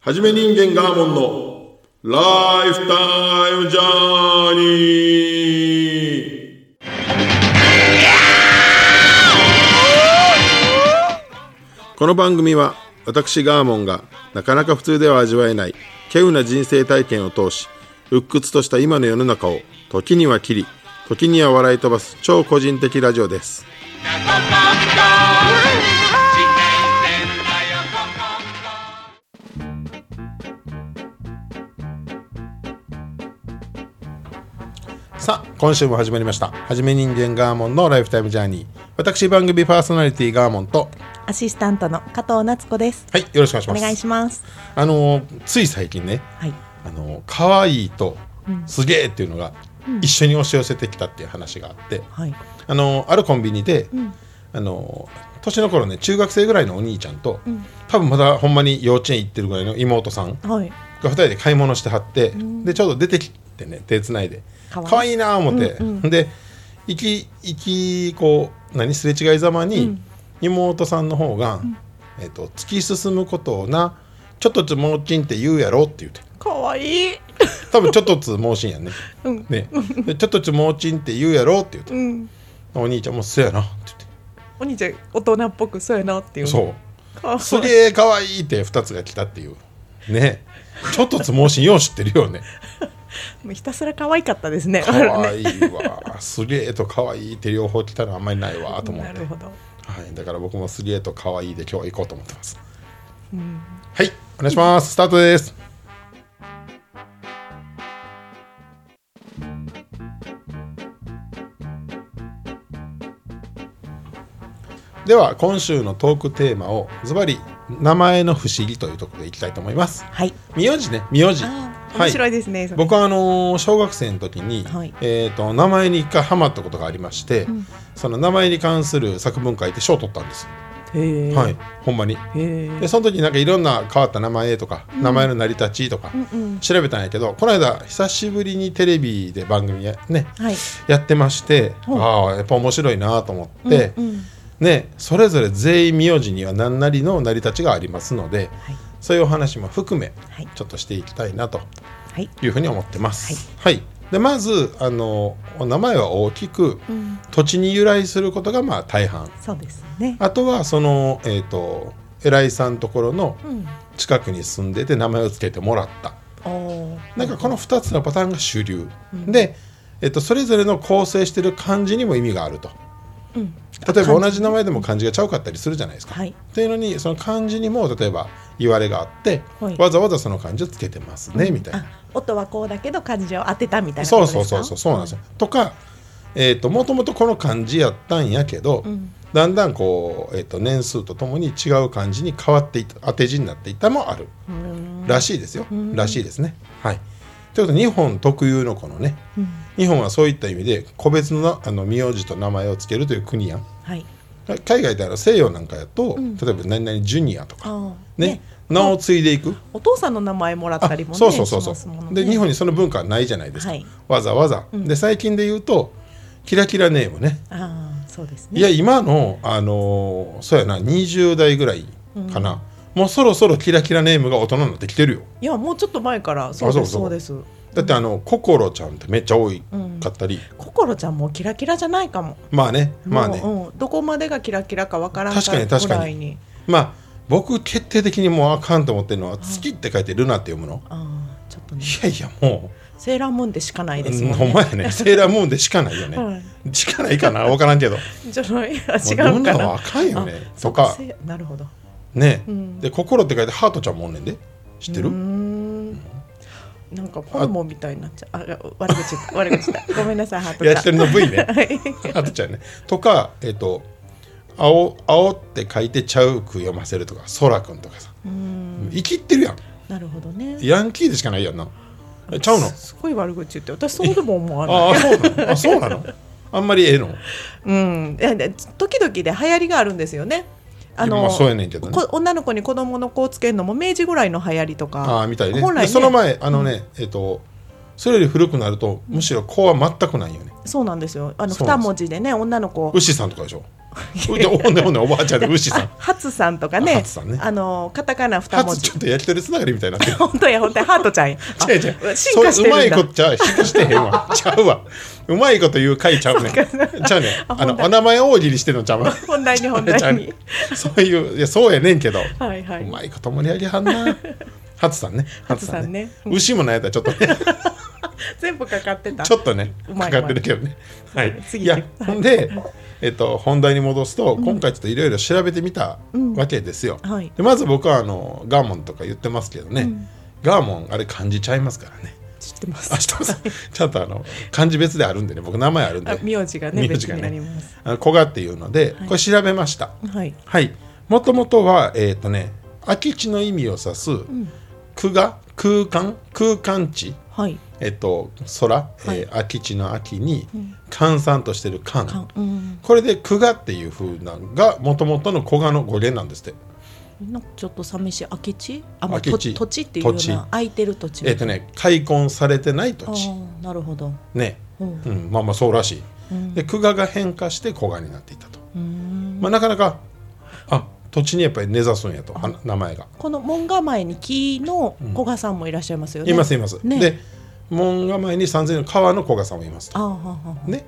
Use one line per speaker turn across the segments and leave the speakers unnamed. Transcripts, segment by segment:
はじめ人間ガーモンのライフタイムジャーニーこの番組は私ガーモンがなかなか普通では味わえない稀有な人生体験を通し鬱屈とした今の世の中を時には切り時には笑い飛ばす超個人的ラジオですさあ今週も始まりました「はじめ人間ガーモンのライフタイムジャーニー」私番組パーソナリティガーモンと
アシスタントの加藤夏子です。
はいよろしくお願いし
お
ます
願いします。
あのつい最近ね
はい。
あの可愛いとすげえっていうのが一緒に押し寄せてきたっていう話があって、
はい。
あのあるコンビニで、あの年の頃ね中学生ぐらいのお兄ちゃんと、多分まだほんまに幼稚園行ってるぐらいの妹さん
はい。
が2人で買い物してはって、でちょうど出てきてね手つないで
かわいい
可愛いなあ思って、で行き行きこう何すれ違いざまに、妹さんの方が、えっと「突き進むことをなちょっとつもうちんって言うやろ」って言うて
可愛いい。
多分ちょっとつもうちんやんね。
うん
ねでちょっとつもうちんって言うやろって言うて、
うん。
お兄ちゃんも「そやな」って言って。
お兄ちゃん大人っぽくそうやなっていう。
そう
かわいい。
すげえ可愛いって2つが来たっていうねちょっとつもうしんよう知ってるよね
もうひたすら可愛かったですね。
可
あれね
愛いわすげえと可愛いって両方来たらあんまりないわと思っ
な
て、
るほど。
はい、だから僕もすげえと可愛いで今日は行こうと思ってます、はいお願いしますスタートですでは今週のトークテーマをズバリ名前の不思議というところでいきたいと思います
はい。
名字ね名字
ああ、
は
面
い
白いですね。 それ
僕はあのー小学生の時に、
はい
えー、と名前に一回ハマったことがありまして、その名前に関する作文書いて賞を取ったんです、
へえ。
はい。ほんまに
へえ。
でその時なんかいろんな変わった名前とか、名前の成り立ちとか調べたんやけど、この間久しぶりにテレビで番組や,、ね
はい。
やってまして、
ほう
ああやっぱ面白いなと思って、
うんうん
ね、それぞれ全員名字には何なりの成り立ちがありますので、
はい
そういうお話も含め、
はい
ちょっとしていきたいなと
はい。
いうふうに思ってます。はい、でまずあのお名前は大きく、
うん。
土地に由来することがまあ大半
そうですね。
あとはその、えー、と偉いさんところの
うん。
近くに住んでて名前を付けてもらった
おお。
なんかこの2つのパターンが主流、で、えー、とそれぞれの構成してる漢字にも意味があると
うん。
例えば同
漢字
じ名前でも漢字がちゃうかったりするじゃないですか。
はい。
っていうのにその漢字にも例えば言われがあって、
はい
わざわざその漢字を付けてますね、みたいな
あ、音はこうだけど漢字を当てたみたいなこ
そ
と
う
です
そ
か。
うそうそうそうなんですよ。とか、えー、ともともとこの漢字やったんやけど、だんだんこう、えー、と年数とともに違う漢字に変わっていった当て字になっていったもある
うん。
らしいですよ、らしいですね。はい、ということで日本特有のこのね、日本はそういった意味で個別のなあの名字と名前を付けるという国やん
はい。
海外である西洋なんかやと、例えば何々ジュニアと
あ
か、
あ。
ね名を継いでいく。
お父さんの名前もらったりもね、
そうそうそうそ
しますもの
う、
ね
で日本にその文化はないじゃないですか、
はい
わざわざ、で最近で言うとキラキラネームね
ああそうですね
いや今のあのーそうやな20代ぐらいかな、もうそろそろキラキラネームが大人になってきてるよ
いやもうちょっと前からそうです
あそ
そうう
そ
で
う
す
だってあの「ココロちゃん」ってめっちゃ多いかったり、
心ちゃんもうキラキラじゃないかも
まあねまあね、
もううんどこまでがキラキラかわからん
確かに確かに
ぐらいに
まあ僕決定的にもうあかんと思ってるのは「月」って書いて「ルナ」って読むの、
ああちょっとね
いやいやも、
セーラームーンでしかないうです
うん
もん
ほん
ね
まやねセーラームーンでしかないよね、
は
しかないかな分からんけど
じゃないあ違
もうル
う
ナ
か
は
な
あかんよね
あ
とか
そうせなるほど
ね、
ん
で「心」って書いて「ハートちゃん」もおんねんで知ってる、
うーんなんかホルモンみたいになっちゃうあ悪口言った悪口 言ったごめんなさいハート
やって
ち
るの V ね
ゃんはい
ハートちゃんねとかえっ、と「青青って書いて「ちゃうく」読ませるとか「そらくん」とかさ生きってるやん
なるほどね
ヤンキーでしかないやんなえちゃうの
すごい悪口言って私そうでも思わない
ああそうなのあそうなのあんまりええの
うん、いやで時々で流行りがあるんですよね。あの
まあそうやねんけどね
こ女の子に子供の子をつけるのも明治ぐらいの流行りとか
ああみたいね
本来
で
ね
その前あのね、えっ、とそれより古くなるとむしろ子は全くないよね
そうなんですよあの
そうなん
二
です
文字でね女の子
牛さんとかでしょうじゃあほんでほんでおばあちゃんで牛さん
あハツさんとかね
あハツさんね
あのカタカナ二文
初
字
ちょっと焼き鳥つながりみたいになってる
本当や本当やハートちゃんや あ
違う違う
進化して
そううま
るん
い
だ
ことちゃう進化してへん わちゃうわうまいこと言う回ちゃうねんち
そうかな
ゃうねん
あ
あ
ほん
の
だ
お名前大喜利してんのちゃうわ
本題に本題に
そういういやそうやねんけど、
はいはいう
まいこと盛り上げはんなハツさんねハ
初さんね
ツ牛もなんやったらちょっとね
全部かかって た
ちょっとね
うま
か
いうまい
かってるけどねはい
次
いやほんで、えっと、本題に戻すと、今回ちょっといろいろ調べてみたわけですよ、
はい
でまず僕はあのガーモンとか言ってますけどね、ガーモンあれ漢字ちゃいますからね
知ってます
あ知ってますちゃんとあの漢字別であるんでね僕名前あるん
あ
で
名字がね
名
別
字が
に
ね
なります
あの古賀っていうので、これ調べました
はい
はいもともとはえっ、とね空き地の意味を指す空が空間空間地
はい
えっと、空、えー空き地の秋に閑散としてる閑、
あうん
これで久我っていう風なのがもともとの古賀の語源なんですって
なんかちょっと寂しい空き地あまあ
空
と
き地
土地っていうよう
土
な
地
空いてる土地
えっとね開墾されてない土
あ
地
ーなるほど
ね、
うん
うん、まあまあそうらしい、で久我が変化して古賀になっていったと、まあ、なかなかあ土地にやっぱり根ざすんやとあ名前が
この門構えに木の古賀さんもいらっしゃいますよね。
いますいます、
ね
で門構えに三千の川の古賀さんもいますと
ああ、はあはあ。
ね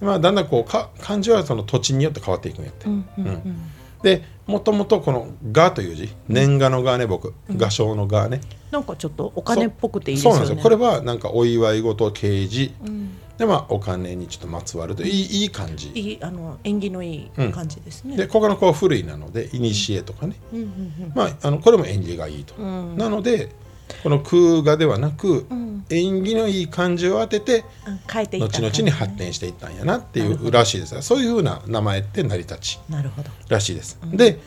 まあ、だんだんこうか漢字はその土地によって変わっていくんやって、
うんうんう。
うんでもともとこの「が」という字年賀の「が」ね僕画商の「が」ね
なんかちょっとお金っぽくていいです
そう
よ
な
ね。
んですよこれはなんかお祝い事啓示、でまあお金にちょっとまつわるといい,、いい感じ
いいあの縁起のいい感じですね。
でここのこう古いなので「いにしえ」とかね、
うんうん
まああのこれも縁起がいいと、
ん
なのでこの「空が」ではなく、
ん
縁起のいい漢字を当てて
うん。変えていった
後
感
々
じ
に発展していったんやなっていうらしいですそういうふうな名前って成り立ち
なるほど。
らしいです、で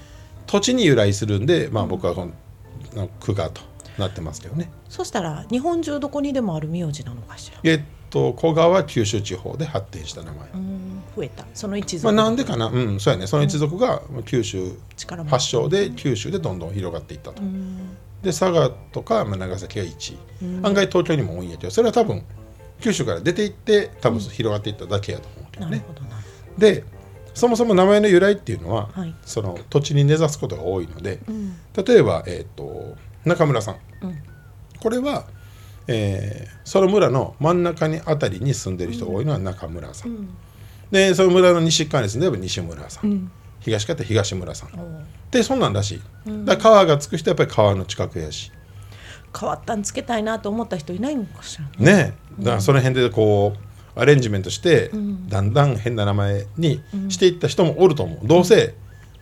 土地に由来するんでまあ僕はこのあの久我となってますけどね
そしたら日本中どこにでもある名字なのかしら。
えっと古賀は九州地方で発展した名前、
うん増えた。その一
まあ
族。
なんでかなうんそうやねその一族が九州
力も
発祥で九州でどんどん広がっていったと、で佐賀とかまあ長崎が1位、案外東京にも多いんやけどそれは多分九州から出ていって多分広がっていっただけやと思うけど
な
ね、
るほどな。
でそもそも名前の由来っていうのは、
はい
その土地に根ざすことが多いので、
ん
例えば、えー、と中村さん、これは、えーその村の真ん中にあたりに住んでる人が多いのは中村さん、でその村の西側に住んでれば西村さん、東側って東村さん、でそんなんらしい、だから川がつく人はやっぱり川の近くやし
変わったんつけたいなと思った人いないのかしら。
ねえだからその辺でこうアレンジメントして、だんだん変な名前にしていった人もおると思う、どうせ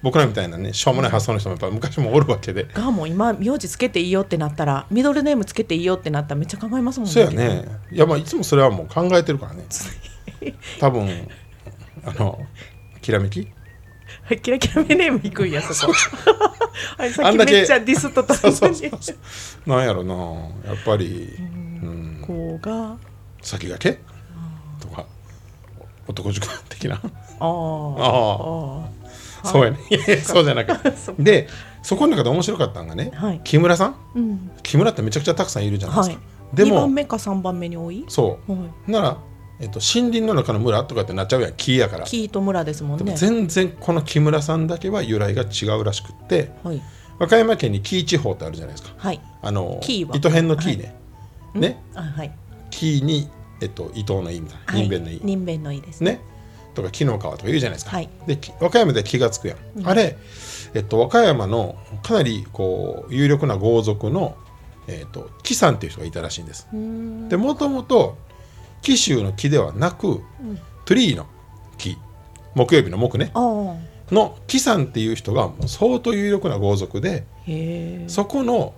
僕らみたいなねしょうもない発想の人もやっぱ昔もおるわけで、
がもう今名字つけていいよってなったらミドルネームつけていいよってなったらめっちゃ考えますもんね。
そうやねいやまあいつもそれはもう考えてるから ね多分あのきらめ き
はいキラキラメネーム低いやそこ。あれさ
あ
っ
ん
き
だけ
めっちゃディスっとった
そうそ
の
う
に
そう。なんやろなやっぱり、うん、
こうが
先駆けとか男塾的な
ああ
ああ
あ
そうやねいやいやそうじゃなくて でそこの中で面白かったのがね、
はい
木村さん
あうん
木村ってめちゃくちゃたくさんいるじゃないです
は
か、
い。
で
二
も
番目か三番目に多い。
そう、
は
なら、えっと、森林の中の村とかってなっちゃうやん木やから、
キート村ですもん
でも
ね。
全然この木村さんだけは由来が違うらしくって
はい
和歌山県に紀伊地方ってあるじゃないですか
はい
あの
紀伊は
糸編の紀伊ね、ね
あはい。
紀伊に、えっと、伊藤の伊みたいな
はい
人弁の伊、
人弁のいいですね。
ねとか紀の川とか言うじゃないですか、
はい
でき和歌山で気がつくやん、あれ、えっと、和歌山のかなりこう有力な豪族の、えっと、紀さんっていう人がいたらしいんです
うーん
でもともと紀州の木ではなく、トゥリーの木木曜日の木ね
ああ
の紀さんっていう人がもう相当有力な豪族で
へえ。
そこの、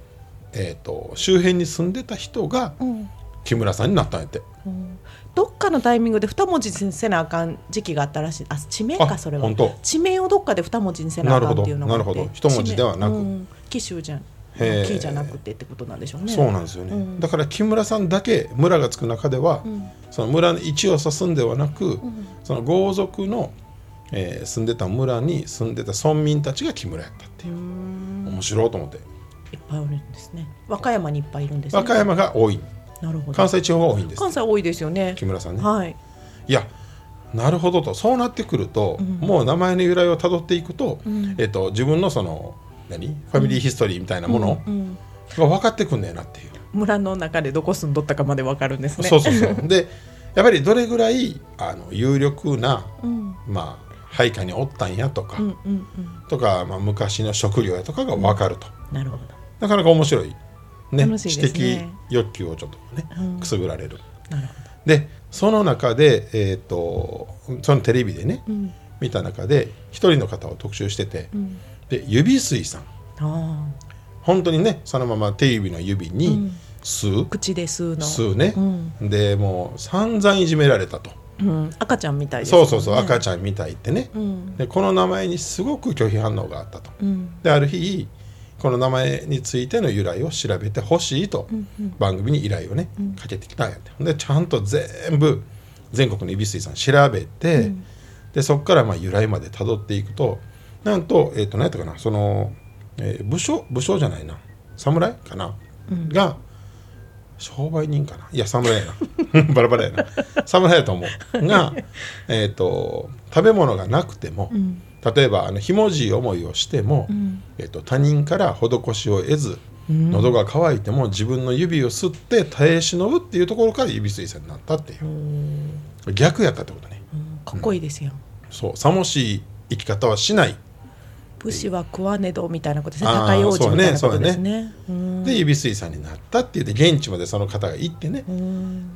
えっと周辺に住んでた人が
うん
木村さんになったんやって。
うんどっかのタイミングで二文字にせなあかん時期があったらしい。あ地名
あ
かそれは
本当。
地名をどっかで二文字にせなあかんっていうのがあっ
なる
て
ほどなるほど一文字ではなく
地名うん紀州じゃん。
へえ
紀じゃなくてってことなんでしょうね。
そうなんですよね、
うん
だから木村さんだけ村がつく中では、
ん
その村の位置を指すんではなく、その豪族の、えー住んでた村に住んでた村民たちが木村やったっていう
うーん
面白いと思って
いっぱいおるんですね。和歌山にいっぱいいるんです、ね。
和歌山が多い
なるほど。
関西地方が多いんです
関西多いですよね。
木村さんね、
はい。
い、やなるほどとそうなってくると、もう名前の由来をたどっていくと,、えっと自分のその何ファミリーヒストリーみたいなものが分かってくんねんなっていう。
村の中でどこ住んどったかまでわかるんですね
そうそうそう でやっぱりどれぐらいあの有力な、まあ、配下におったんやとか、
うんうん
とか、まあ、昔の食料やとかが分かると、
うんなるほど
なかなか面白い,、ね
楽しいですね
知的欲求をちょっとねくすぐられる。
なるほ
でその中で、えー、とそのテレビでね、
どうん
見た中で一人の方を特集してて、
うん
で指水さん
あ
本当にねそのまま手指の指に吸う
あ、口で吸うの
吸うね、でもう散々いじめられたと。
うん、赤ちゃんみたいです、ね、
そうそうそう、赤ちゃんみたいってね、
ん
でこの名前にすごく拒否反応があったと、
うん
である日この名前についての由来を調べてほしいと番組に依頼をね、かけてきたんやってほんでちゃんと全部全国の指水さん調べて、でそこからまあ由来までたどっていくとなんとえっ、と何やったかなその、えー武将武将じゃないな侍かな、が商売人かないや侍やな バラバラやな侍やと思うがえーと食べ物がなくても、例えばあのひもじい思いをしても、えー、と他人から施しを得ず喉が渇いても自分の指を吸って耐え忍ぶっていうところから指水さんになったっていう逆やったってことね
うんかっこいいですよ、
そうさもしい生き方はしない
武士は食わねどみたいなことですね
あー
高い王子みたいなこ
そ
と
うね
ですねうん
で指水さんになったって言って現地までその方が行ってね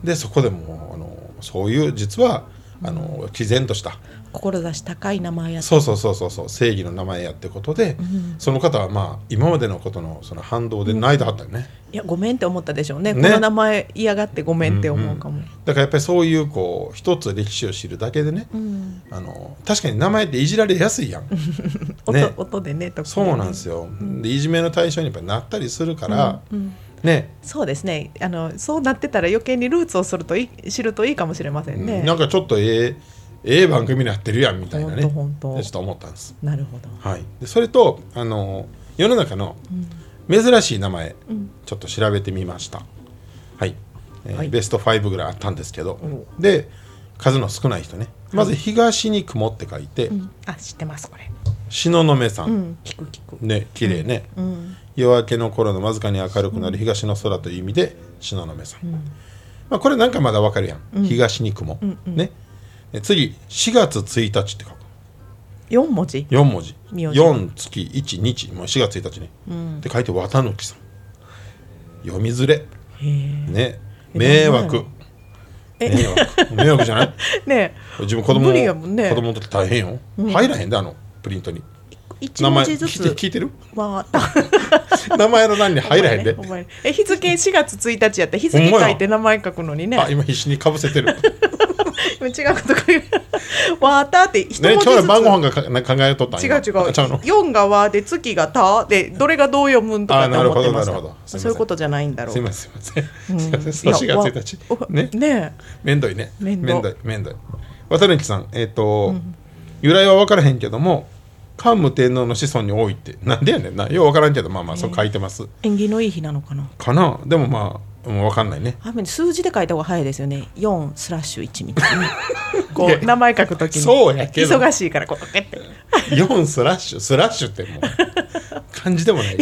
でそこでもうあのそういう実はあの毅然とした
志高い名前やった
そうそうそうそうそう正義の名前やってことで、その方はまあ今までのことのその反動で泣いてはったよね、
いやごめんって思ったでしょうね
ね
この名前嫌がってごめんって思うかも、
だからやっぱりそういうこう一つ歴史を知るだけでね、あの確かに名前っていじられやすいやん
音
ね
音でねとか
そうなんですよ、でいじめの対象にやっぱりなったりするから、ね
そうですねあのそうなってたら余計にルーツをするといい知るといいかもしれませんね、
なんかちょっとええええ番組になってるやんみたいなね
ほんとほんと
ちょっと思ったんです、
なるほど
はい、でそれとあの世の中の珍しい名前、ちょっと調べてみましたはい、えー
はい
ベスト5ぐらいあったんですけど
お
で数の少ない人ねまず東に雲って書いて、
あ知ってますこれ
東雲さん、
うん聞く聞く
ね綺麗ね、夜明けの頃のわずかに明るくなる東の空という意味で東雲さん、まあ、これなんかまだわかるやん、東に雲、ねで次4月1日って書く
四文字
4文字
名字
4月1日もう4月1日ね、って書いて綿貫さん読みずれ
へえ
ね
え
迷惑
え
迷惑迷惑じゃ ない
ね
自分子供
無理やもんね
子供の時大変よ、入らへんであのプリントに
え一
名
文
前
字ず
聞い
つ
て聞いてる
わーった
名前の欄に入らへんで
お前ねお前ねえ日付4月1日やって日付書いて名前書くのにね
あ今必死にかぶせて る
今違うこと書いて わーったって一文
ね
字
ちょうど
ずつ
晩ご飯がかな考えとったん
違う
今
違
あちゃう
う
の
四が和で月がたでどれがどう読むんとかって思ってま
あなるほど
し
なるほどすいませ
た
ん
そういうことじゃないんだろう
すいませんすいません、すい
い
ま
や
せん4月
わ
1日
お
ね
ね
めんどいねめ
め
んど
んど
いめんどい渡貫さんえっ、と、由来は分からへんけども桓武天皇の子孫に多いってなんでやねんなよう分からんけどまあまあそう書いてます、
え縁起のいい日なのかな
かなでもまあもう分かんない ね
あ数字で書いた方が早いですよね4スラッシュ1みたい なこ
いや
う名前書くときに
そうやけど
忙しいからこうペッて
4スラッシュスラッシュってもう漢字でもない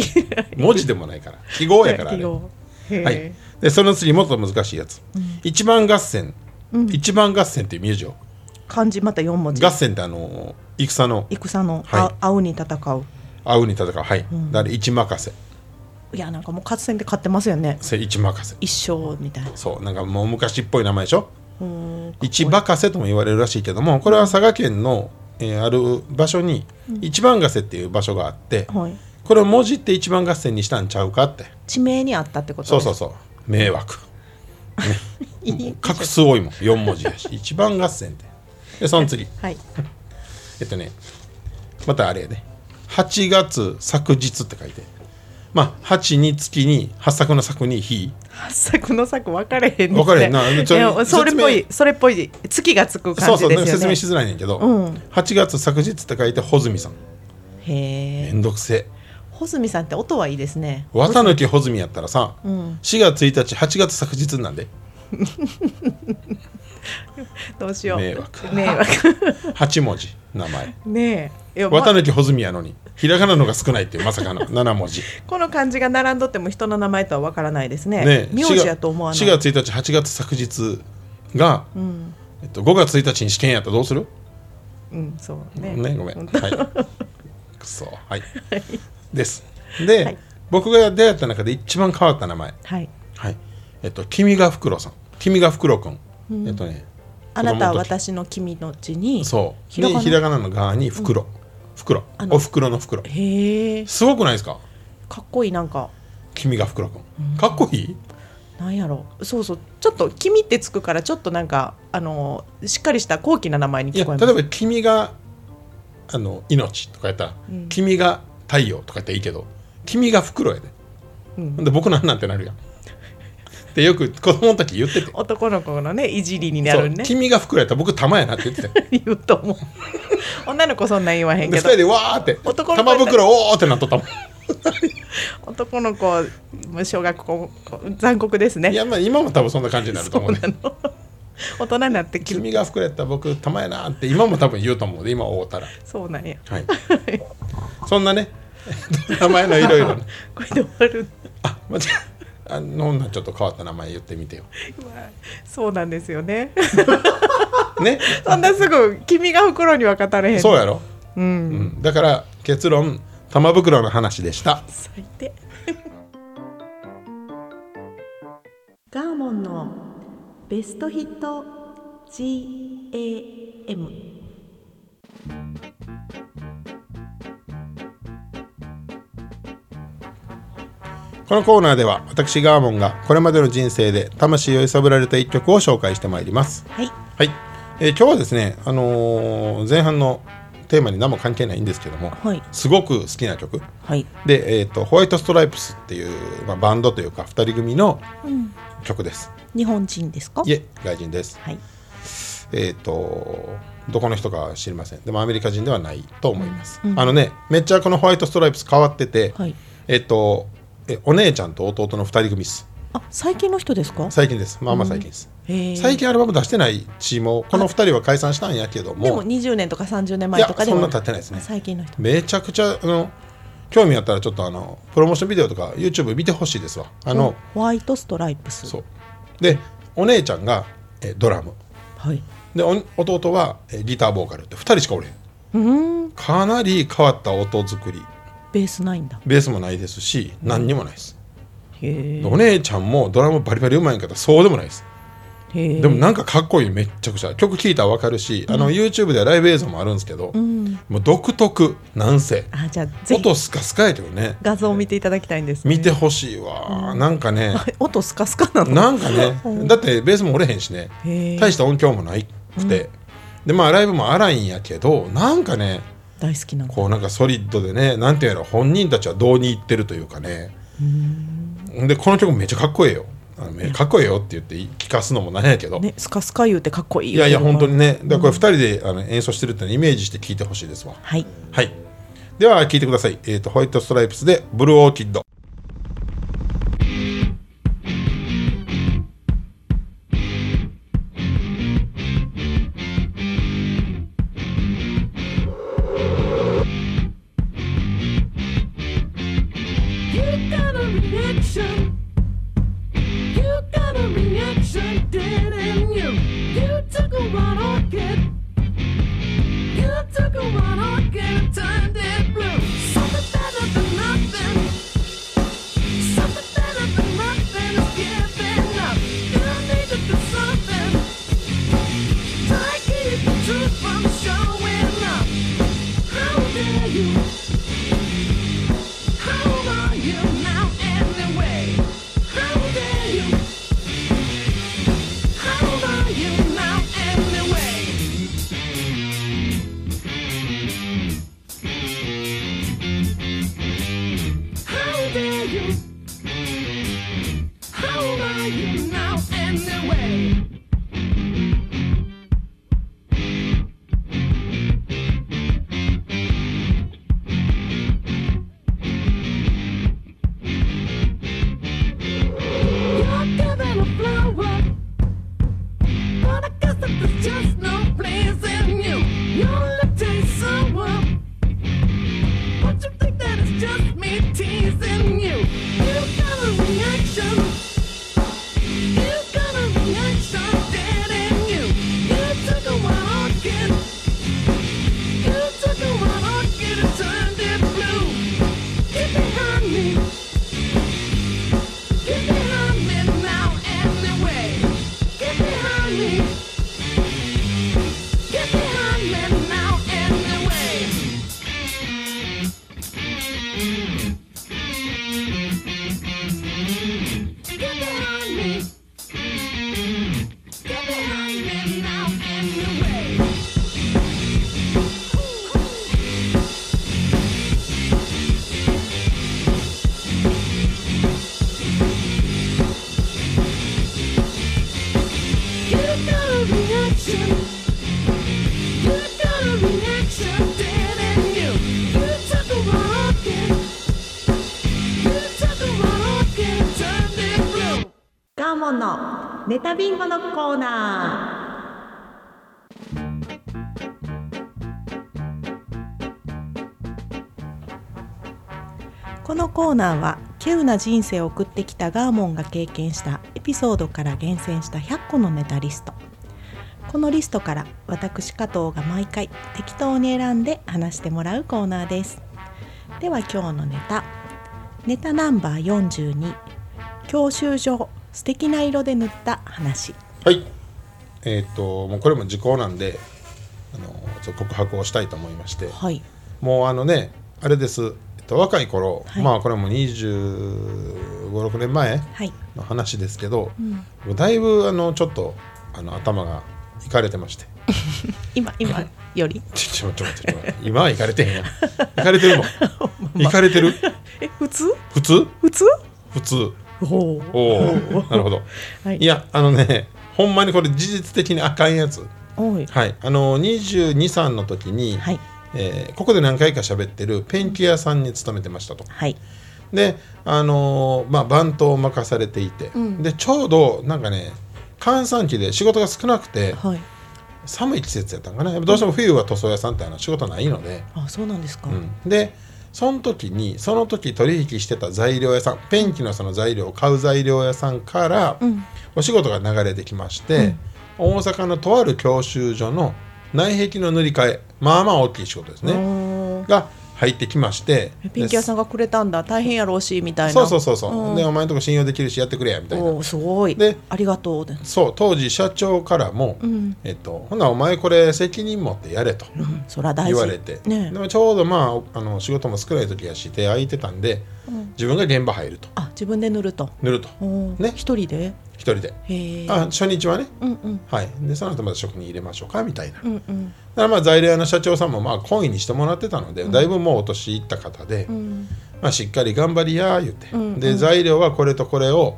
文字でもないから記号やから、ね、
記
は
号へえ
いでその次もっと難しいやつ、一番合戦、一番合戦っていう名字を
漢字また4文字
合戦ってあの戦の
戦の、
はい
あ青に戦う
会うに戦うはい、だから一任せ
いやなんかもう合戦で勝ってますよね
せ一任せ
一生みたいな
そうなんかもう昔っぽい名前でしょ一任せとも言われるらしいけどもこれは佐賀県の、えーある場所に一番合戦っていう場所があって、
はい
これを文字って一番合戦にしたんちゃうかって
地名にあったってこと
そうそううそう迷 惑
いい
画数多いもん4文字やし一番合戦ってでその次
はい
えっとねまたあれやね8月昨日って書いてまあ8に月に八作の作に日
八作の作分かれへん
分かれへんなちょ
いやそれっぽ
説
いそれっぽい月がつく
そ
感
うそ
じ
う、
で
なんか
すよ
説
ね
明しづらいねんけど、
うん
8月昨日って書いて穂積さん
へ
め
え
んどくせえ
穂積さんって音はいいですね
綿貫穂積やったらさ、4月1日8月昨日なんで
どうしよう
迷惑
迷惑
8文字名前
ねえいやま
綿貫穂積やのにひらがなのが少ないっていうまさか の7文字
この漢字が並んどっても人の名前とはわからないですね
ね
名字やと思わない
4月1日8月昨日が、えっと、5月1日に試験やったらどうする
うんそうね
ねごめん
本当
はいくそはいですで、僕が出会った中で一番変わった名前
はい
はいえっと君がふくろさん君がふくろくん、えっとね
あなたは
子供の時
私の君の字に
そう
ひらが
で
な
ひらがなの側にふくろ、ふくろ
あの
おふくろのふくろ
へえ
すごくないですか
かっこいいなんか
君がふくろくんかっこいい
なんやろそうそうちょっと「君」ってつくからちょっとなんかあのしっかりした高貴な名前に
いや
聞
例
こえ
え
ます
ば「君があの命」とかやったら「君が太陽」とかやったらいいけど「君が袋」やで、
うん
ほんで僕なんなんてなるやんってよく子供の時言ってて
男の子のねいじりになる
そう
ね
君が袋やったら僕玉やなって言ってて
言うと思う女の子そんなん言わへん
で2
けど
人でわーって
男の子
玉
やったら
袋おーってなっとったもん
男の子もう小学校残酷です
い
ね
やまあ今も多分そんな感じになると
そう
思うね
なの大人になってきる
君が袋やったら僕玉やなって今も多分言うと思うで今会うたら
そうなんや
はいそんなね 名前のいろいろね
これで終わる
あ間違えあの女ちょっと変わった名前言ってみてよ
今そうなんですよね
ね
そんなすぐ君が袋には語れへん
そうやろ、
う
うんん、だから結論玉袋の話でした
最低ガーモンのベストヒット GAM
このコーナーでは私ガーモンがこれまでの人生で魂を揺さぶられた一曲を紹介してまいります
はい
はい、えー今日はですね、あのー前半のテーマに何も関係ないんですけども、
はい
すごく好きな曲
はい
で、えーとホワイトストライプスっていう、まあ、バンドというか2人組の曲です、
日本人ですか
いえ外人です
はい
えっ、とどこの人かは知りませんでもアメリカ人ではないと思います、あのねめっちゃこのホワイトストライプス変わってて、
はい
えっ、とえお姉ちゃんと弟の2人組です
あ最近の人ですか
最近ですまあまあ最近です、
へえ
最近アルバム出してないチームをこの2人は解散したんやけども
でも20年とか30年前とかでも
いやそんな経ってないですね
最近の人
めちゃくちゃあの興味あったらちょっとあのプロモーションビデオとか YouTube 見てほしいですわあの、
ホワイトストライプス
そうでお姉ちゃんがえドラム
はい
でお弟はえギターボーカルって2人しかおれへん
うーん
かなり変わった音作り
ベースないんだ
ベースもないですし何にもないです、
へ
でお姉ちゃんもドラムバリバリうまいんかったらそうでもないです
えへえ
でもなんかかっこいいめっちゃくちゃ曲聴いたらわかるし、あの YouTube ではライブ映像もあるんですけど、もう独特なんせ
あじゃあぜひ
音スカスカやけどね
画像を見ていただきたいんですね
見てほしいわ、なんかね
あ音スカスカなの
なんかねだってベースも折れへんしね
へー
大した音響もないくて、でまあライブも荒いんやけどなんかね
大好きなの
こうなんかソリッドでねなんていうの本人たちはどうにいってるというかねでこの曲めっちゃかっこええよあのめかっこええよって言って聞かすのもなんやけど、
ねスカスカ言うてかっこいい
いやいや本当に
ね
ねだからこれ2人であの演奏してるってのイメージして聞いてほしいですわ
はい
はいでは聞いてください、えーとホワイトストライプスで「ブルーオーキッド」
You got a reaction. You got a reaction, didn't you? You took a wild orchid. You took a wild orchid and turned it blue. Something better than nothing. Something better than nothing is giving up. You need to do something. Try to keep the truth from showing up. How dare you? How are you now anyway? How dare you? How are you now anyway? How dare you? How are you now anyway? You're giving a flower, but I guess
んのネタビンゴのコーナーこのコーナーは稀有な人生を送ってきたガーモンが経験したエピソードから厳選した100個のネタリストこのリストから私加藤が毎回適当に選んで話してもらうコーナーですでは今日のネタネタナンバー42教習所素敵な色で塗った話
はいえっ、ともうこれも時効なんであのちょっと告白をしたいと思いまして
はい
もうあのねあれです、えっと、若い頃、
はい
まあこれはもう2 5 6年前
はい
の話ですけど、だいぶあのちょっとあの頭がいかれてまして
今今より
ちょちょちょちょちょ今はいかれて へんやんいかれてるもんいかれてる
え普通
普通
普通
普通
お
お
お
おなるほど、
はい
いやあのねほんまにこれ事実的にあかんやつ
おい
はいあの2 2 3の時に、
はい
えーここで何回か喋ってるペンキ屋さんに勤めてましたと
はい
であのーまあバントを任されていて、でちょうどなんかね閑散期で仕事が少なくて
はい
寒い季節やったんかなやっぱどうしても冬は塗装屋さんってあの仕事ないので、
あそうなんですか、
うんでその時にその時取引してた材料屋さんペンキのその材料を買う材料屋さんから、
ん
お仕事が流れてきまして、大阪のとある教習所の内壁の塗り替えまあまあ大きい仕事です
う
ね、
ーん
が入ってきまして
えピンキ屋さ
ん
んがくれたんだ大変やろうしみたいな
そうそうそうそう、
うん
でお前のとこ信用できるしやってくれやみたいな
おおすごい
で
ありがとうで
そう当時社長からも、
ん
えっと、ほなお前これ責任持ってやれと
うんそら大
言
事
われて、で
ねえ
もちょうどまああの仕事も少ない時やし手空いてたんで、自分が現場入ると
あ自分で塗ると
塗ると
おー
ね
一人で
一人で、
へえ
あ初日はね、
うんうん
はいでその後また職人入れましょうかみたいな、
う
だ
んうん
からまあ材料屋の社長さんもまあ懇意にしてもらってたので、だいぶもうお年いった方で、
うん
まあ、しっかり頑張りや言って、
ん
で材料はこれとこれを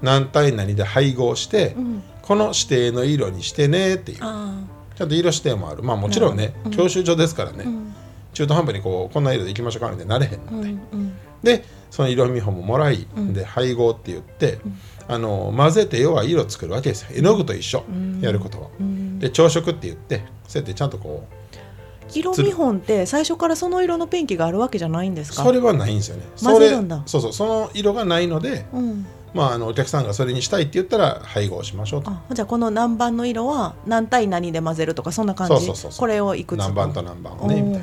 何対何で配合して、
ん
この指定の色にしてねっていう
あ
ちゃんと色指定もあるまあもちろんね、教習所ですからね、中途半端にこうこんな色でいきましょうかみたいになれへん
あう
の
ん
で、
うん
でその色見本ももらい、で配合って言って、あの混ぜて要は色作るわけですよ絵の具と一緒、やることは、で朝食って言ってそうやってちゃんとこう
色見本って最初からその色のペンキがあるわけじゃないんですか
それはないんですよね
混ぜるんだ
それそうそうその色がないので、
うん、
まああのお客さんがそれにしたいって言ったら配合しましょうと
あじゃあこの何番の色は何対何で混ぜるとかそんな感じ
そうそうそうそう
これをいくつか
何番と何番をね
おー
みたい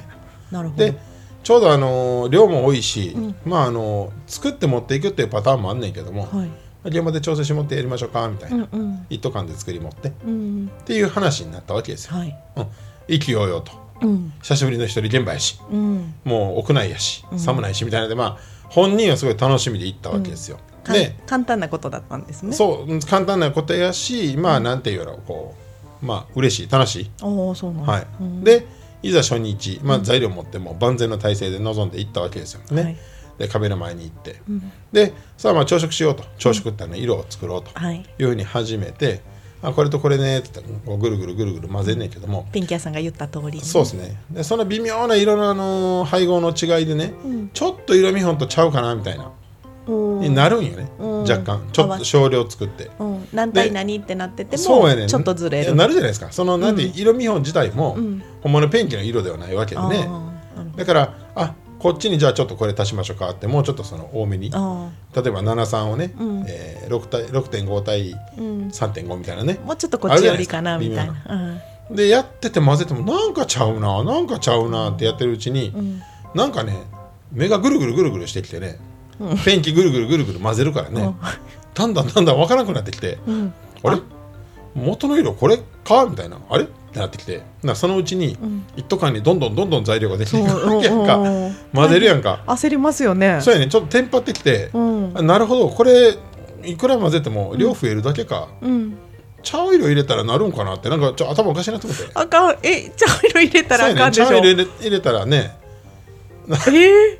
な
なるほど
でちょうどあのー量も多いし、まああのー作って持っていくっていうパターンもあんねんけども、
はい
現場で調整して持ってやりましょうかみたいうな、
んうん
一斗缶で作り持ってっ
うん
ていう話になったわけですよ、
はい
うん、意気揚々と
うん
久しぶりの一人現場やし
うん
もう屋内やし寒ないしみたいなので、まあ本人はすごい楽しみで行ったわけですよ、
かん
で
簡単なことだったんですね
そううん簡単なことやしまあなんていうやろこうまあ嬉しい楽しい
おおそうなんだ
はい、
うん
でいざ初日、まあ、材料持ってもう万全の体制で臨んでいったわけですよね、
はい
でカメラ前に行って、でさあまあ朝食しようと朝食ってあの色を作ろうと
はい
いうふうに始めて、あこれとこれねって言ってこうぐるぐるぐるぐる混ぜんねんけども、
ペンキ屋さんが言った通りに
そうですねでその微妙な色の、あのー配合の違いでね、ちょっと色見本とちゃうかなみたいな、
おー
になるんよね、
うん
若干ちょっと少量作って。
うん、何対何ってなってて
そうやね
も
ん
ちょっとずれる
なるじゃないですかそのなんていう色見本自体も、本物ペンキの色ではないわけで
あー
ね
なるほど
だからあこっちにじゃあちょっとこれ足しましょうかってもうちょっとその多めに例え
あ
ば73をね、えー、6対6.5対3.5みたいなね
ーもうちょっとこっち寄りかな
ある
み
じゃ
た
ないいですか
なうん
でやってて混ぜてもなんかちゃうななんかちゃうなってやってるうちに、なんかね目がぐるぐるぐるぐるしてきてね、ペンキぐるぐるぐるぐる混ぜるからね、だんだんだんだん分からなくなってきて、あれ元の色これかみたいなあれってなってきてなそのうちに一斗缶にどんどんどんどん材料ができていく
そう
わけやん
うんうんう
か
ん
混ぜるやんか
焦りますよね
そうやねちょっとテンパってきて、
ん
あなるほどこれいくら混ぜても量増えるだけか、
うん
茶色入れたらなるんかなってなんかちょ頭おかしいなと思って
あかんえ茶色入れたら
そう
あ
やね
かんで
茶
しょ
入れ入れたらね
え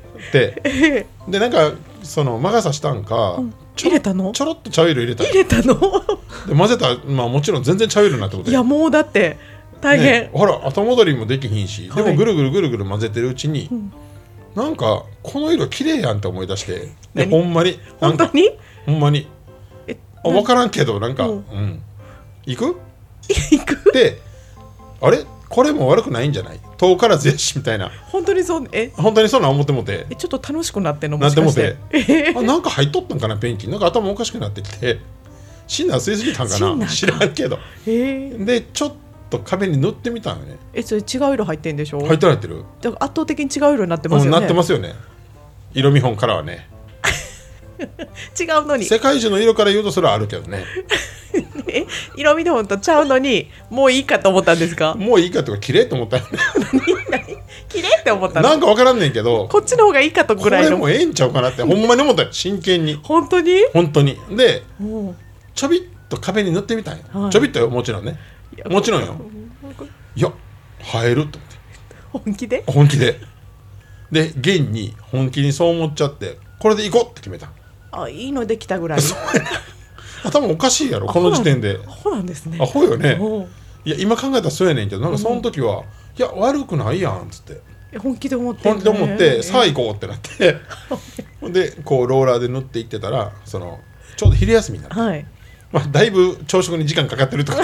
って
ー、
でなんかその魔が差したんか、ちょ
入れたの
ちょろっと茶色入れた
入れたの
で混ぜたらまあもちろん全然茶色になってこと
いやもうだって大変、
ねほら後戻りもできひんし、
はい
でもぐるぐるぐるぐる混ぜてるうちに、なんかこの色綺麗やんって思い出してで
何
ほんまになん
本当
か
に
ほんまに
え
あ分からんけどなんか、う
うん
ん行 く
行く
であれこれも悪くないんじゃない遠からずやしみたいな
本当にそうえ
本当にそうなん思ってもて
えちょっと楽しくなってんの
な
も
っ
してか
も
してて
あなんか入っとったんかなペンキなんか頭おかしくなってきてシンナー吸いすぎたんか
シンナ
な
ーか
知らんけど
えー
でちょっと壁に塗ってみたんよね
えそれ違う色入ってんでしょ、
入ってられてる
だから圧倒的に違う色になってます
う
よ
ん
ね、
なってますよね色見本からはね
違うのに
世界中の色から言うとそれはあるけどね
え色味の本とちゃうのにもういいかと思ったんで すか
もういいかとか綺麗と思ったよね
綺麗って思ったの
なんか分からんねんけど
こっちの方がいいかと
こ
ぐらい
れ
の
もええんちゃうかなってほんまに思ったよ真剣に
本当に
本当にで
も
ちょびっと壁に塗ってみたんよ、
はい
ちょびっとよもちろんね
や
もちろんよいや映えると思って
う本気で
本気でで現に本気にそう思っちゃってこれで行こうって決めた
あいいのできたぐらい
頭おかしいやろこの時点で
アホなんですね
アホよね
おう
いや今考えたらそうやねんけどなんかその時は、いや悪くないやんっつって
え本気で思ってん
本
の
気で
ね
思って、さあ行こうってなってほんでこうローラーで塗っていってたらそのちょうど昼休みになる、
はい
まあ、だいぶ朝食に時間かかってる とか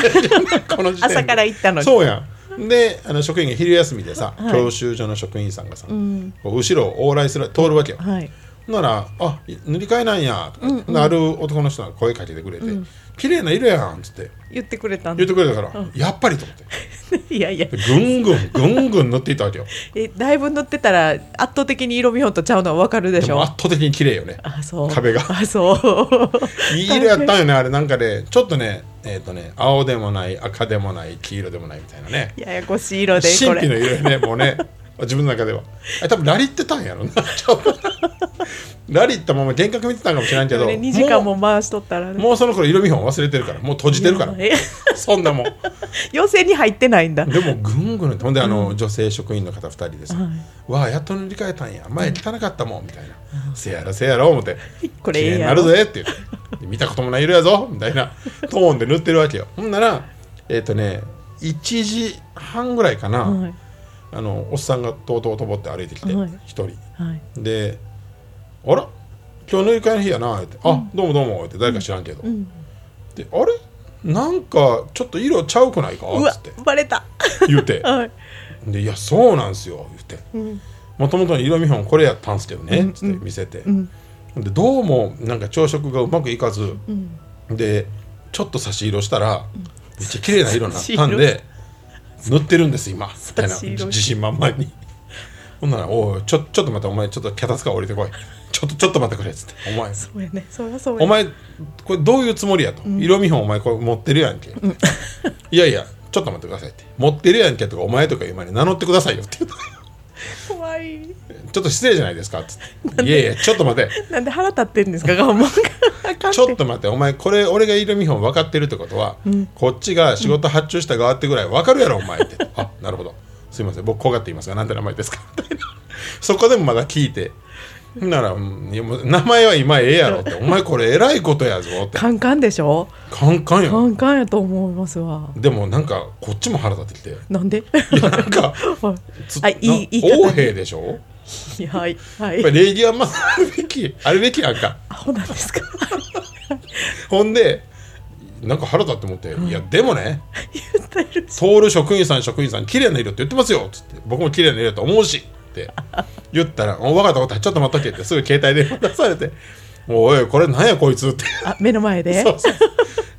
この時点で
朝から行ったのに
そうやんであの職員が昼休みでさ、
はい
教習所の職員さんがさ、
うん
こう後ろを往来する通るわけよ、
はい
なら「あ塗り替えなんや」とか、なる男の人が声かけてくれて「綺麗な色やん」っつって
言ってくれたん
言
だ
ってくれたから、やっぱりと思って
いやいや
でぐんぐんぐんぐん塗っていったわけよ
えだいぶ塗ってたら圧倒的に色見本とちゃうのはわかるでし
でも
ょ
圧倒的に綺麗よね
あそう
壁が
あそう
いい色やったんよねあれなんかねちょっとねえっ、とね青でもない赤でもない黄色でもないみたいなね
ややこしい色でこ
神秘の
れ
色よねもうね自分の中ではあ多分ラリってたんやろな ちょっとラリったまま幻覚見てたんかもしれんけど、
ね2時間も回しとったら
もう
ね
もうその頃色見本忘れてるからもう閉じてるから
え
そんなもん
予選に入ってないんだ
でもぐんぐんほんであの、女性職員の方2人です、わあやっと塗り替えたんや前汚かったもんみたいな、せやろせやろ思って
これ
綺
え
麗
え
にな
や
る
ろ
ぜって言って見たこともない色やぞみたいなトーンで塗ってるわけよほんならえっ、とね1時半ぐらいかな、
はい
あのおっさんがとうとうとぼって歩いてきて一、
はい
人
はい
で「あら今日塗り替えの日やな」って「あどうもどうも」って誰か知らんけど、で「あれなんかちょっと色ちゃうくないか?」
う
っ
わ
つって
バレた
言うて
はい
で「いやそうなんすよ」言って「もともとの色見本これやったんすけどね」つって見せて、でどうもなんか朝食がうまくいかず、でちょっと差し色したら、めっちゃ綺麗な色になったんで塗ってるんです今みたいな
差し色
自自信満々にほんなら「おいちょちょっと待ってお前ちょっと脚立から降りてこいちょっとちょっと待ってくれ」っつって「お前
そうやねそうやそうや
お前これどういうつもりやと、色見本お前これ持ってるやんけ、 いやいやちょっと待ってくださいって持ってるやんけとかお前とか言う前に名乗ってくださいよって言うと
怖い
ちょっと失礼じゃないですかっつっていやいやちょっと待て
なんで腹立ってんですかが思うからあかん
ちょっと待ってお前これ俺が色見本分かってるってことは、こっちが仕事発注した側ってぐらい分かるやろお前ってあなるほどすいません僕こうがって言いますが何て名前ですか みたいなそこでもまだ聞いてほんなら、うんいやもう名前は今ええやろってお前これえらいことやぞって
カンカンでしょ
カンカンや
カ
ん
ンカンやと思いますわ
でもなんかこっちも腹立ってきて
なんで
いやなんかつ
あいい
な
言い方
横兵でしょやっ
いやはいは
ぱ
い
り礼儀はまあ あるべきあるべきやんか
アホなんですか
ほんでなんか腹立って思って「いやでもね
言ってる
通る職員さん職員さん綺麗な色って言ってますよ」っつって「僕も綺麗な色やと思うし」って言ったら「お分かった分かったちょっと待っとけ」ってすぐ携帯電話出されて「おいこれなんやこいつ」って
あ目の前で
そうそう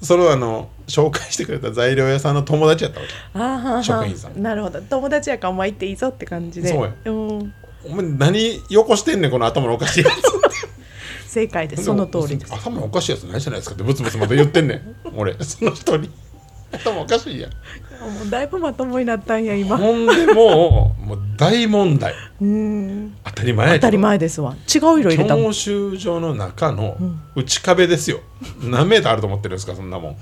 それをあの紹介してくれた材料屋さんの友達やったわけ
あーはーはー
職員さん
なるほど友達やからお前行っていいぞって感じで
そうや
うん
「お前何よこしてんねんこの頭のおかしい やつ」
正解ですその通りです
頭おかしいやつないじゃないですかってブツブツまた言ってんねん俺その人 に頭おかしいやん
もうだいぶまともになったんや今
ほんでもうもう大問題
うん
当たり前や
当
けど
たり前ですわ違う色入れたもん
教習所の中の内壁ですよ、何メーターあると思ってるんですかそんな もん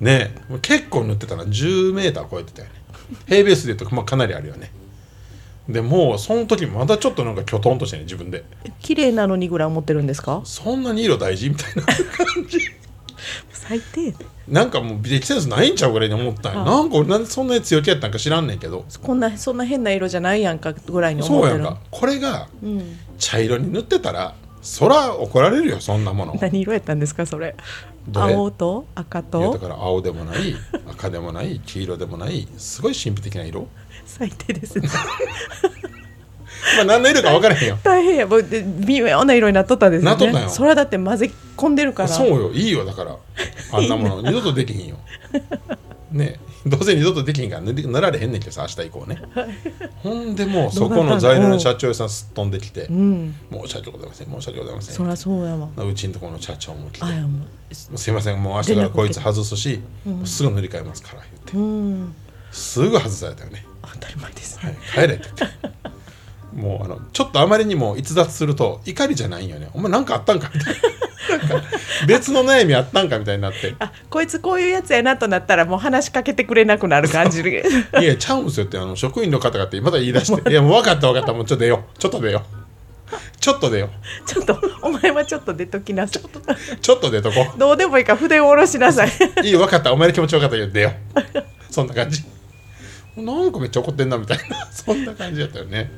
ねえもう結構塗ってたな10メーター超えてたよね平米数で言うと、まあ、かなりあるよねでもうその時まだちょっとなんかきょとんとしてね自分で
綺麗なのにぐらい思ってるんですか
そんなに色大事みたいな感じ
最低
なんかもう適切ないんちゃうぐらいに思ったんや、
はい
なんか俺なんでそんなに強気やったんか知らんねんけど
こんなそんな変な色じゃないやんかぐらいに思
そ
っ
う
て
や
る
んかこれが茶色に塗ってたらそら怒られるよそんなもの
何色やったんですかそれ
どれ
青と赤
いやだ
と
から青でもない赤でもない黄色でもないすごい神秘的な色
最低ですね
まあ何の色か分からへんよ
大変やもうで微妙な色になっとったですよね
なっとったよ
それはだって混ぜ込んでるから
そうよいいよだからあんなもの二度とできひんよねえどうせ二度とできひんから塗り塗られへんねんけどさ明日以降ねほんでもうそこの材料の社長さんすっ飛んできて
うん
「申し訳ございません申し訳ございませ
そ
ん
りゃそうやわ」
うちのところの社長も来て
あやも
「すいませんもう明日からこいつ外すし、もうすぐ塗り替えますから」言って
ううん
すぐ外されたよね
当たり前です
はい、帰れって言ってもうあのちょっとあまりにも逸脱すると怒りじゃないんよねお前何かあったんかみたいななんか別の悩みあったんかみたいになって
あこいつこういうやつやなとなったらもう話しかけてくれなくなる感じ
「
る
いやちゃうんですよ」ってあの職員の方がってまだ言い出して「いやもう分かった分かったもうちょっと出ようちょっと出ようちょっと出よ
ちょっとお前はちょっと出ときなさいう
ちょっと出とこ
どうでもいいから筆を下ろしなさいう
いい分かったお前の気持ち分かったけど出よう」そんな感じなんかめっちゃ怒ってんなみたいな そんな感じだったよね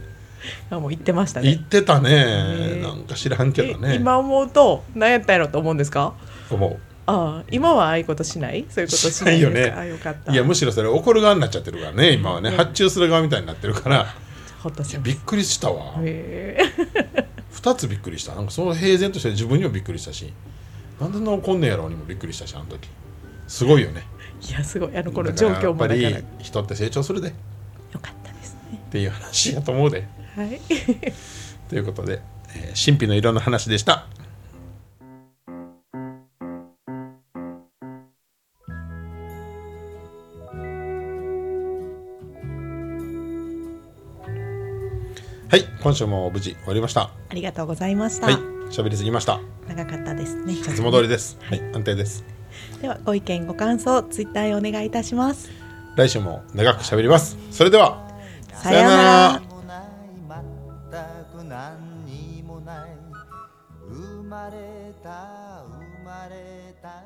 あもう言ってました
言っ
ね
てたね
ね
なんか知らんけど
え
ね
今思うと何やったんやろと思うんですか
思
ああ今はああいうことしないそういうことし
し
な
ないい
で
よ
すか
ね
あよかった
ういやむしろそれ怒る側になっちゃってるからね今はね発注する側みたいになってるから
ほっとしま
び
し
っくりしたわ
たへえ
2つびっくりしたなんかその平然として自分にもびっくりしたしなんでそんな怒んねやろうにもびっくりしたしあの時すごいよね
いやすごいあのこの
だか
状
ら
況もだから
やっぱ
よ
り人って成長するでっ
かったですね
ていう話やと思うで
はい
ということで、えー神秘の色の話でしたはい今週も無事終わりました
ありがとうございました、
はい喋りすぎました
長かったですね
いつも通りです。はい、安定です。
ではご意見ご感想ツイッターへお願いいたします
来週も長く喋ります。それでは、
さようなら
何もない全く何にもない生まれた生まれた